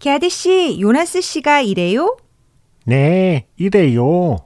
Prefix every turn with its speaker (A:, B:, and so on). A: 게아디 씨, 요나스 씨가 이래요?
B: 네, 이래요.